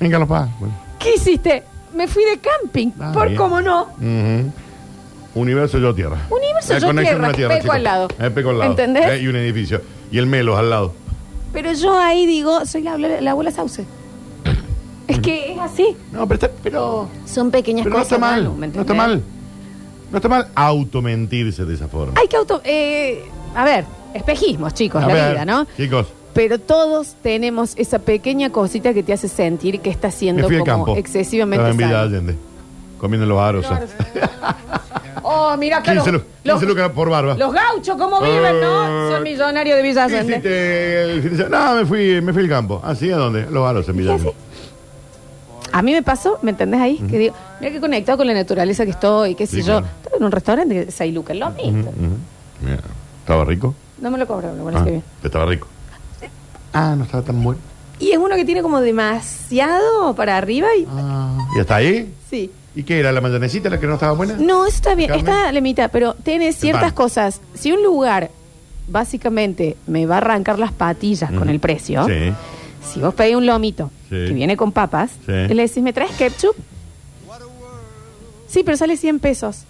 Speaker 3: En Carlos Paz. bueno.
Speaker 2: ¿Qué hiciste? Me fui de camping,
Speaker 3: Ah,
Speaker 2: por
Speaker 3: bien.
Speaker 2: cómo no.
Speaker 3: Ujú. Universo yo tierra.
Speaker 2: Universo,
Speaker 3: La
Speaker 2: yo,
Speaker 3: conexión
Speaker 2: tierra,
Speaker 3: con la
Speaker 2: espejo
Speaker 3: chicos.
Speaker 2: al lado.
Speaker 3: Espejo al lado.
Speaker 2: ¿Entendés?
Speaker 3: Eh, y un edificio. Y el Melos al lado.
Speaker 2: Pero yo ahí digo, soy la, la- la abuela Sauce. es que es así.
Speaker 3: No, pero está, pero,
Speaker 2: Son pequeñas
Speaker 3: pero no
Speaker 2: cosas.
Speaker 3: está mal.
Speaker 2: Manu, ¿me
Speaker 3: no está
Speaker 2: entendés?
Speaker 3: mal. No está mal automentirse de esa forma.
Speaker 2: Hay que auto... eh, a ver, espejismos, chicos,
Speaker 3: A
Speaker 2: la
Speaker 3: ver,
Speaker 2: vida, ¿no?
Speaker 3: Chicos,
Speaker 2: Pero todos tenemos esa pequeña cosita que te hace sentir que estás
Speaker 3: me
Speaker 2: siendo
Speaker 3: fui
Speaker 2: como
Speaker 3: al campo.
Speaker 2: excesivamente
Speaker 3: Estaba en Villa
Speaker 2: sano.
Speaker 3: Allende. Comiendo los aros.
Speaker 2: Oh, mira acá
Speaker 3: 15,
Speaker 2: los,
Speaker 3: lu- 15
Speaker 2: los-
Speaker 3: lucas por barba.
Speaker 2: los ¿eh? gauchos, ¿cómo viven, no?
Speaker 3: Eh,
Speaker 2: Son millonarios de Villa
Speaker 3: ¿Qué
Speaker 2: Allende.
Speaker 3: hiciste el fin de semana? No, me fui, me fui al campo. ¿Ah, sí? ¿A dónde? Los aros en Villa
Speaker 2: Sí,
Speaker 3: Allende.
Speaker 2: A mí me pasó, ¿me entendés ahí? Que digo, mira que conectado con la naturaleza que estoy, qué sé
Speaker 3: Sí,
Speaker 2: yo.
Speaker 3: claro.
Speaker 2: Estaba en un restaurante de 6 lucas, lo mismo.
Speaker 3: Ujú. Mira, ¿Estaba rico?
Speaker 2: No me lo cobraron, me
Speaker 3: Ah,
Speaker 2: parece bien.
Speaker 3: estaba rico. Ah, no estaba tan bueno.
Speaker 2: Y es uno que tiene como demasiado para arriba y.
Speaker 3: Ah. ¿Y hasta ahí?
Speaker 2: Sí.
Speaker 3: ¿Y qué era? ¿La mayonesita la que no estaba buena?
Speaker 2: No, eso está bien,
Speaker 3: Carmen.
Speaker 2: está la mitad, pero tiene ciertas
Speaker 3: pan.
Speaker 2: cosas. Si un lugar, básicamente, me va a arrancar las patillas con
Speaker 3: Ujú.
Speaker 2: el precio,
Speaker 3: Sí.
Speaker 2: si vos pedís un lomito
Speaker 3: Sí.
Speaker 2: que viene con papas,
Speaker 3: Sí.
Speaker 2: y le decís, ¿me traes ketchup? Sí, pero sale 100 pesos.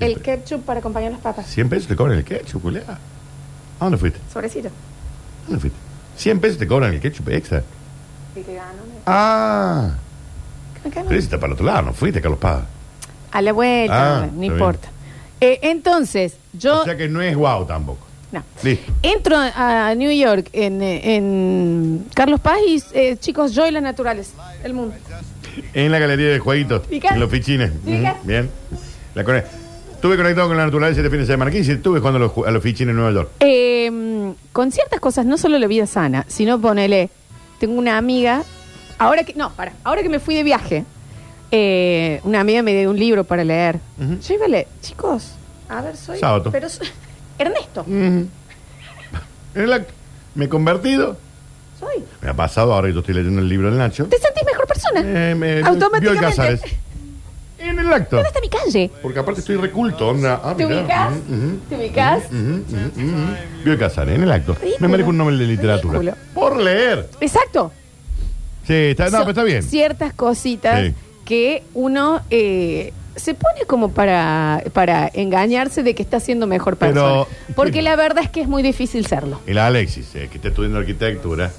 Speaker 2: El
Speaker 3: Siempre.
Speaker 2: ketchup para acompañar las papas.
Speaker 3: 100 pesos te cobran el ketchup, culea. ¿A dónde fuiste?
Speaker 2: Sobrecito.
Speaker 3: ¿A dónde fuiste? 100 pesos te cobran el ketchup extra.
Speaker 2: El que ganó, me-
Speaker 3: Ah.
Speaker 2: me ganó.
Speaker 3: Pero ese está para otro lado, no fuiste, Carlos Paz.
Speaker 2: A la vuelta,
Speaker 3: Ah,
Speaker 2: no
Speaker 3: está bien.
Speaker 2: importa. Eh, entonces, yo...
Speaker 3: O sea que no es guau tampoco.
Speaker 2: no.
Speaker 3: Listo.
Speaker 2: Entro a New York en, eh, en Carlos Paz y, eh, chicos, yo y las naturales, el mundo.
Speaker 3: En la galería de jueguitos.
Speaker 2: ¿Ubicás?
Speaker 3: En los fichines.
Speaker 2: ¿Ubicás?
Speaker 3: Ujú, Bien. La cone- Estuve conectado con la naturaleza este fin de semana. ¿Qué hice? Estuve jugando a los, ju- a los fichines en Nueva York.
Speaker 2: Eh, con ciertas cosas, no solo la vida sana, sino ponele, tengo una amiga, ahora que, no, para, ahora que me fui de viaje, eh, una amiga me dio un libro para leer.
Speaker 3: Ujú.
Speaker 2: Yo iba a leer, chicos, a ver, soy...
Speaker 3: Sábado. Mm.
Speaker 2: Pero soy- Ernesto,
Speaker 3: Ujú. En la- Me he convertido.
Speaker 2: soy...
Speaker 3: Me ha pasado ahora que yo estoy leyendo el libro del Nacho.
Speaker 2: ¿Te sentís mejor persona?
Speaker 3: Eh, me- Bioy Casares.
Speaker 2: Automáticamente.
Speaker 3: En el acto.
Speaker 2: ¿Dónde está mi calle?
Speaker 3: Porque aparte estoy reculto. Onda. Ah,
Speaker 2: ¿Te
Speaker 3: mirá.
Speaker 2: ubicas?
Speaker 3: Ujú, ujú.
Speaker 2: ¿Te ubicas?
Speaker 3: Ujú, ujú, ujú. Bioy Casares, en el acto.
Speaker 2: Ridículo.
Speaker 3: Me merezco un Nobel de literatura.
Speaker 2: Ridículo.
Speaker 3: Por leer.
Speaker 2: Exacto.
Speaker 3: Sí, está, Eh, no,
Speaker 2: Son
Speaker 3: pero está bien.
Speaker 2: Ciertas cositas
Speaker 3: Sí.
Speaker 2: que uno eh, se pone como para, para engañarse de que está siendo mejor persona.
Speaker 3: Pero-
Speaker 2: Porque
Speaker 3: sí.
Speaker 2: la verdad es que es muy difícil serlo.
Speaker 3: El Alexis, eh, que está estudiando arquitectura.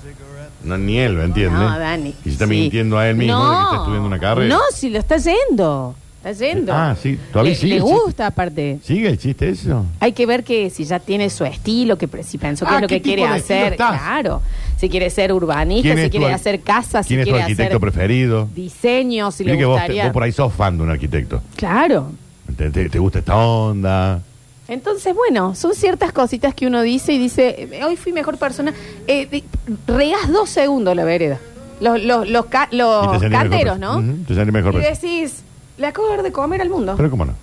Speaker 3: No, ni él lo entiende.
Speaker 2: No, Dani.
Speaker 3: Y se está
Speaker 2: sí.
Speaker 3: mintiendo a él mismo de que está estudiando una carrera.
Speaker 2: No, si lo está yendo. Está yendo.
Speaker 3: Ah, sí, todavía
Speaker 2: le,
Speaker 3: sigue,
Speaker 2: Le
Speaker 3: sí.
Speaker 2: gusta, aparte.
Speaker 3: ¿Sigue el chiste eso?
Speaker 2: Hay que ver que si ya tiene su estilo, que pre- si pensó que
Speaker 3: Ah,
Speaker 2: es lo
Speaker 3: ¿qué
Speaker 2: que quiere
Speaker 3: tipo de estilo
Speaker 2: hacer.
Speaker 3: estás?
Speaker 2: Claro. Si quiere ser urbanista, si
Speaker 3: tu
Speaker 2: quiere
Speaker 3: ar-
Speaker 2: hacer casas, si
Speaker 3: ¿Quién es tu
Speaker 2: quiere
Speaker 3: arquitecto
Speaker 2: hacer
Speaker 3: preferido?
Speaker 2: diseño, si
Speaker 3: Mira
Speaker 2: le
Speaker 3: que vos, te-
Speaker 2: gustaría.
Speaker 3: vos por ahí sos fan de un arquitecto.
Speaker 2: Claro.
Speaker 3: ¿Te, te- te gusta esta onda?
Speaker 2: Entonces, bueno, son ciertas cositas que uno dice y dice, eh, hoy fui mejor persona. Eh, di- regás dos segundos la vereda. Los, los, los, ca- los
Speaker 3: Y te sentís mejor
Speaker 2: canteros,
Speaker 3: persona.
Speaker 2: Oh, ¿no?
Speaker 3: Ujú, te sentís mejor
Speaker 2: Y
Speaker 3: persona.
Speaker 2: decís, le acabo de dar de comer al mundo.
Speaker 3: Pero cómo no.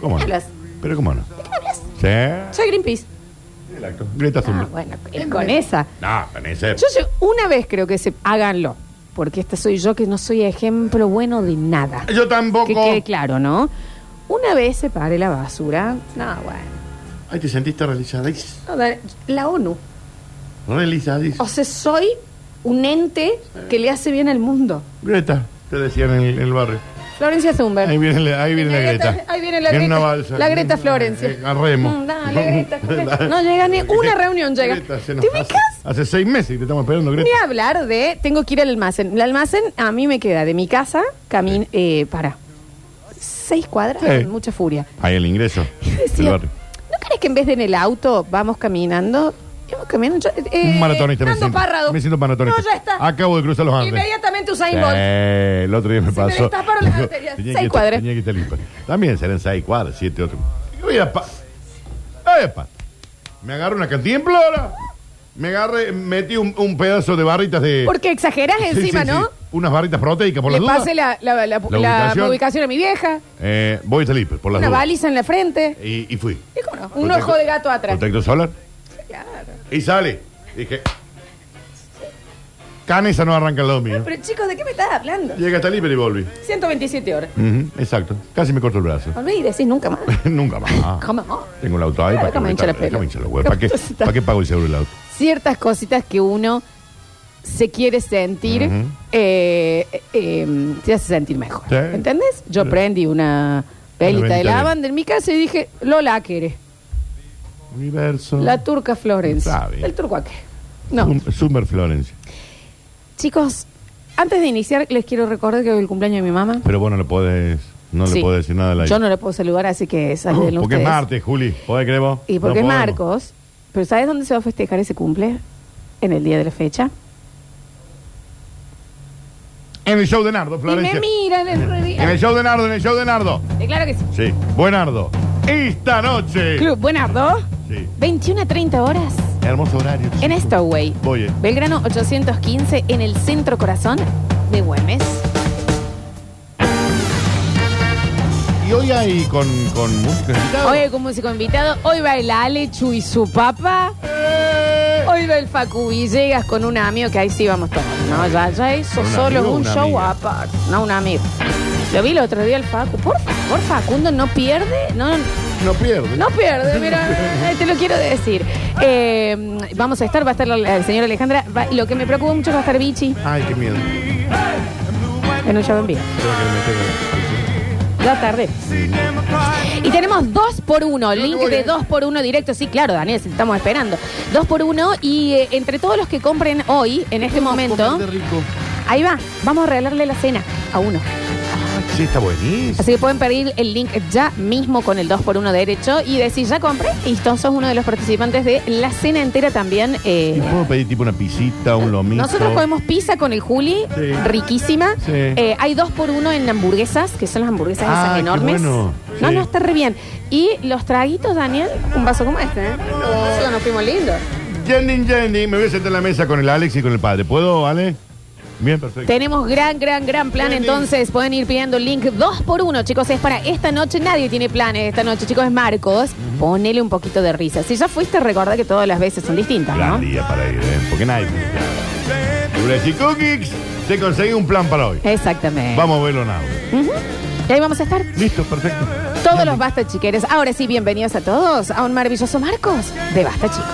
Speaker 3: ¿Cómo no?
Speaker 2: Hablas.
Speaker 3: Pero cómo no.
Speaker 2: ¿De qué me hablas?
Speaker 3: Sí.
Speaker 2: Soy Greenpeace.
Speaker 3: El acto. Greta
Speaker 2: Ah,
Speaker 3: Thunberg.
Speaker 2: bueno, eh, con esa.
Speaker 3: No, con ese.
Speaker 2: Yo sé- una vez creo que se háganlo, porque esta soy yo que no soy ejemplo bueno de nada.
Speaker 3: Yo tampoco.
Speaker 2: Que quede claro, ¿no? Una vez separé la basura. No, bueno.
Speaker 3: Ay, te sentiste realizadís.
Speaker 2: No, dale, La ONU. Oh.
Speaker 3: Realizadís.
Speaker 2: O sea, soy un ente que le hace bien al mundo.
Speaker 3: Greta, te decían en el, en el barrio.
Speaker 2: Florencia Zumber.
Speaker 3: Ahí viene, la- ahí viene la Greta.
Speaker 2: Ahí viene la
Speaker 3: En
Speaker 2: Greta.
Speaker 3: una balsa.
Speaker 2: La Greta Florencia.
Speaker 3: Eh, a remo.
Speaker 2: Mm, dale, Greta, Greta. No llega ni- una reunión llega.
Speaker 3: Greta,
Speaker 2: ¿Te
Speaker 3: se nos hace,
Speaker 2: ubicas?
Speaker 3: hace seis meses que te estamos esperando, Greta.
Speaker 2: Ni hablar de tengo que ir al almacén. El almacén a mí me queda de mi casa, camino, para seis cuadras,
Speaker 3: Sí.
Speaker 2: con mucha furia.
Speaker 3: Ahí el ingreso.
Speaker 2: Y
Speaker 3: del
Speaker 2: decía,
Speaker 3: barrio.
Speaker 2: ¿no crees que en vez de en el auto vamos caminando? Vamos caminando. Yo, eh,
Speaker 3: Un maratonista me
Speaker 2: Nando
Speaker 3: siento.
Speaker 2: Párrado.
Speaker 3: Me siento maratonista.
Speaker 2: No, ya está.
Speaker 3: Acabo de cruzar los Andes.
Speaker 2: Inmediatamente Usain Bolt.
Speaker 3: Eh, el otro día me
Speaker 2: Se me
Speaker 3: pasó.
Speaker 2: destaparon las arterias.
Speaker 3: Tenía que
Speaker 2: Seis
Speaker 3: estar-
Speaker 2: cuadras.
Speaker 3: Tenía que estar limpio. También serán seis cuadras, siete, ocho. Y voy a pa- voy a pa- Me agarro una cantimplora. Me agarré, metí un, un pedazo de barritas de.
Speaker 2: Porque exageras
Speaker 3: Sí,
Speaker 2: encima,
Speaker 3: sí, sí.
Speaker 2: ¿no?
Speaker 3: Unas barritas proteicas por
Speaker 2: Le
Speaker 3: las dudas.
Speaker 2: pasé la, la- la- la
Speaker 3: ubicación.
Speaker 2: ubicación. a mi vieja,
Speaker 3: Eh, voy a estar limpio, por las
Speaker 2: una
Speaker 3: dudas.
Speaker 2: baliza en la frente.
Speaker 3: Y, y fui.
Speaker 2: ¿Y cómo no? Un
Speaker 3: Protector-
Speaker 2: ojo de gato atrás.
Speaker 3: Protector solar.
Speaker 2: Claro.
Speaker 3: Y sale. Dije. Canesa no arranca al lado mío.
Speaker 2: Pero chicos, ¿de qué me estás hablando?
Speaker 3: Llega hasta libre y volví.
Speaker 2: 127 horas.
Speaker 3: Ujú, exacto. Casi me corto el brazo.
Speaker 2: Volví y decís nunca más.
Speaker 3: Nunca más.
Speaker 2: Jamás.
Speaker 3: Tengo el auto ahí
Speaker 2: Claro,
Speaker 3: para que
Speaker 2: déjame
Speaker 3: me
Speaker 2: hinchar
Speaker 3: hincha
Speaker 2: la pelota.
Speaker 3: los huevos. ¿Para qué,
Speaker 2: Cosita.
Speaker 3: ¿Para qué pago el seguro del auto?
Speaker 2: Ciertas cositas que uno se quiere sentir,
Speaker 3: Ujú.
Speaker 2: eh, eh, se hace sentir mejor.
Speaker 3: Sí.
Speaker 2: ¿Entendés? Yo
Speaker 3: Sí.
Speaker 2: prendí una
Speaker 3: Una
Speaker 2: velita de
Speaker 3: velita de-
Speaker 2: lavanda en mi casa y dije, Lola quiere.
Speaker 3: Universo.
Speaker 2: La turca Florencia.
Speaker 3: Está bien.
Speaker 2: El turco aquel. No.
Speaker 3: Sum- Summer Florence.
Speaker 2: Chicos, antes de iniciar, les quiero recordar que hoy es el cumpleaños de mi mamá.
Speaker 3: Pero vos no le podés, no
Speaker 2: Sí.
Speaker 3: le podés decir nada a la
Speaker 2: Yo no le puedo saludar, así que saluden
Speaker 3: Porque
Speaker 2: ustedes.
Speaker 3: es martes, Juli. ¿Podés creer vos?
Speaker 2: Y porque
Speaker 3: No
Speaker 2: es
Speaker 3: podemos.
Speaker 2: Marcos. Pero ¿sabes dónde se va a festejar ese cumple? En el día de la fecha.
Speaker 3: En el show de Nardo, Florencia.
Speaker 2: Y me miran. es re bien.
Speaker 3: En el show de Nardo, en el show de Nardo.
Speaker 2: Eh, Claro que sí.
Speaker 3: Sí. Buen Nardo. Esta noche.
Speaker 2: Club Buenardo.
Speaker 3: Sí.
Speaker 2: 21 a 30 horas.
Speaker 3: Hermoso horario.
Speaker 2: En
Speaker 3: chico.
Speaker 2: Stoway.
Speaker 3: Voy, eh.
Speaker 2: Belgrano 815 en el centro corazón de Güemes.
Speaker 3: Y hoy hay con, con música invitada.
Speaker 2: Hoy con músico invitado. Hoy va el Alechu y su papá.
Speaker 3: Eh.
Speaker 2: Hoy va el Facu Villegas con un amigo que ahí sí vamos todos. No, ya, ya eso
Speaker 3: ¿Con un
Speaker 2: solo es
Speaker 3: amigo o
Speaker 2: un
Speaker 3: una
Speaker 2: show
Speaker 3: amiga?
Speaker 2: aparte. No, un amigo. Lo vi el otro día el Facu. Por favor, Facundo, no pierde. No,
Speaker 3: No pierde.
Speaker 2: no pierde, mira, eh, te lo quiero decir. Eh, vamos a estar, va a estar la, la señora Alejandra. va- lo que me preocupa mucho va a estar Vichy
Speaker 3: Ay, qué miedo.
Speaker 2: en un show en vivo.
Speaker 3: Tengo que meterme.
Speaker 2: Ya tarde. Y tenemos dos por uno, link de dos por uno directo. Sí, claro, Daniel, se estamos esperando. Dos por uno y eh, entre todos los que compren hoy, en este momento,
Speaker 3: Comer de rico.
Speaker 2: ahí va, vamos a regalarle la cena a uno.
Speaker 3: Sí, está buenísimo.
Speaker 2: Así que pueden pedir el link ya mismo con el 2x1 derecho y decir, ya compré. Y sos uno de los participantes de la cena entera también. eh,
Speaker 3: ¿Y puedo pedir tipo una pisita, un lomito?
Speaker 2: Nosotros comemos pizza con el Juli,
Speaker 3: Sí.
Speaker 2: riquísima.
Speaker 3: Sí.
Speaker 2: Eh, hay dos por uno en hamburguesas, que son las hamburguesas
Speaker 3: Ah,
Speaker 2: esas
Speaker 3: qué
Speaker 2: enormes.
Speaker 3: bueno.
Speaker 2: No,
Speaker 3: Sí.
Speaker 2: no, está re bien. Y los traguitos, Daniel, un vaso como este, ¿eh? Nosotros nos fuimos lindos.
Speaker 3: Jenny, Jenny, me voy a sentar en la mesa con el Alex y con el padre. ¿Puedo, Ale? Bien, perfecto.
Speaker 2: Tenemos gran, gran, gran plan.
Speaker 3: Bien,
Speaker 2: Entonces pueden ir pidiendo el link dos por uno, chicos. Es para esta noche. Nadie tiene planes esta noche, chicos. Es Marcos. Ponele un poquito de risa. Si ya fuiste, recuerda que todas las veces son distintas,
Speaker 3: Gran
Speaker 2: ¿no?
Speaker 3: día para ir, ¿eh? Porque nadie. Dureci Cookies, te conseguí un plan
Speaker 2: Eh.
Speaker 3: para hoy.
Speaker 2: Exactamente.
Speaker 3: Vamos a verlo now.
Speaker 2: Y ahí vamos a estar.
Speaker 3: Listo, perfecto.
Speaker 2: Todos los Basta Chiqueres. Ahora sí, bienvenidos a todos a un maravilloso Marcos de Basta Chicos.